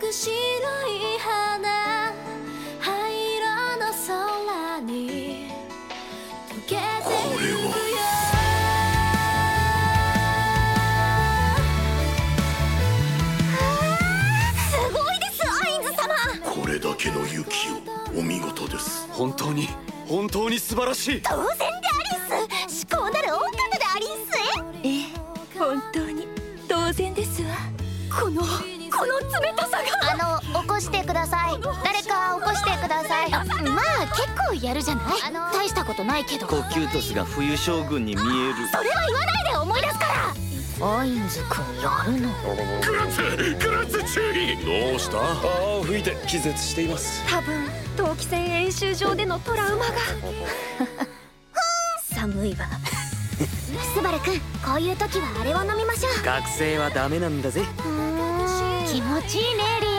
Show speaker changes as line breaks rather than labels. く白い花灰色の空に溶けてゆくよすごいですアインズ様
これだけの雪をお見事です
本当に本当に素晴らしい
当然でありんす至高なる音楽でありんすええ本当に当然ですわこのこの冷たさ
あの起こしてください誰か起こしてください
がまあ結構やるじゃないあの大したことないけど
コキュートスが冬将軍に見える
それは言わないで思い出すから
アインズくんやるの
クラッツクラッツ注意どうした
泡を吹いて気絶しています
多分冬季戦演習場でのトラ ウマが寒いわ
スバルくんこういう時はあれを飲みましょ
学生はダメなんだぜ
う気持ちいいねリ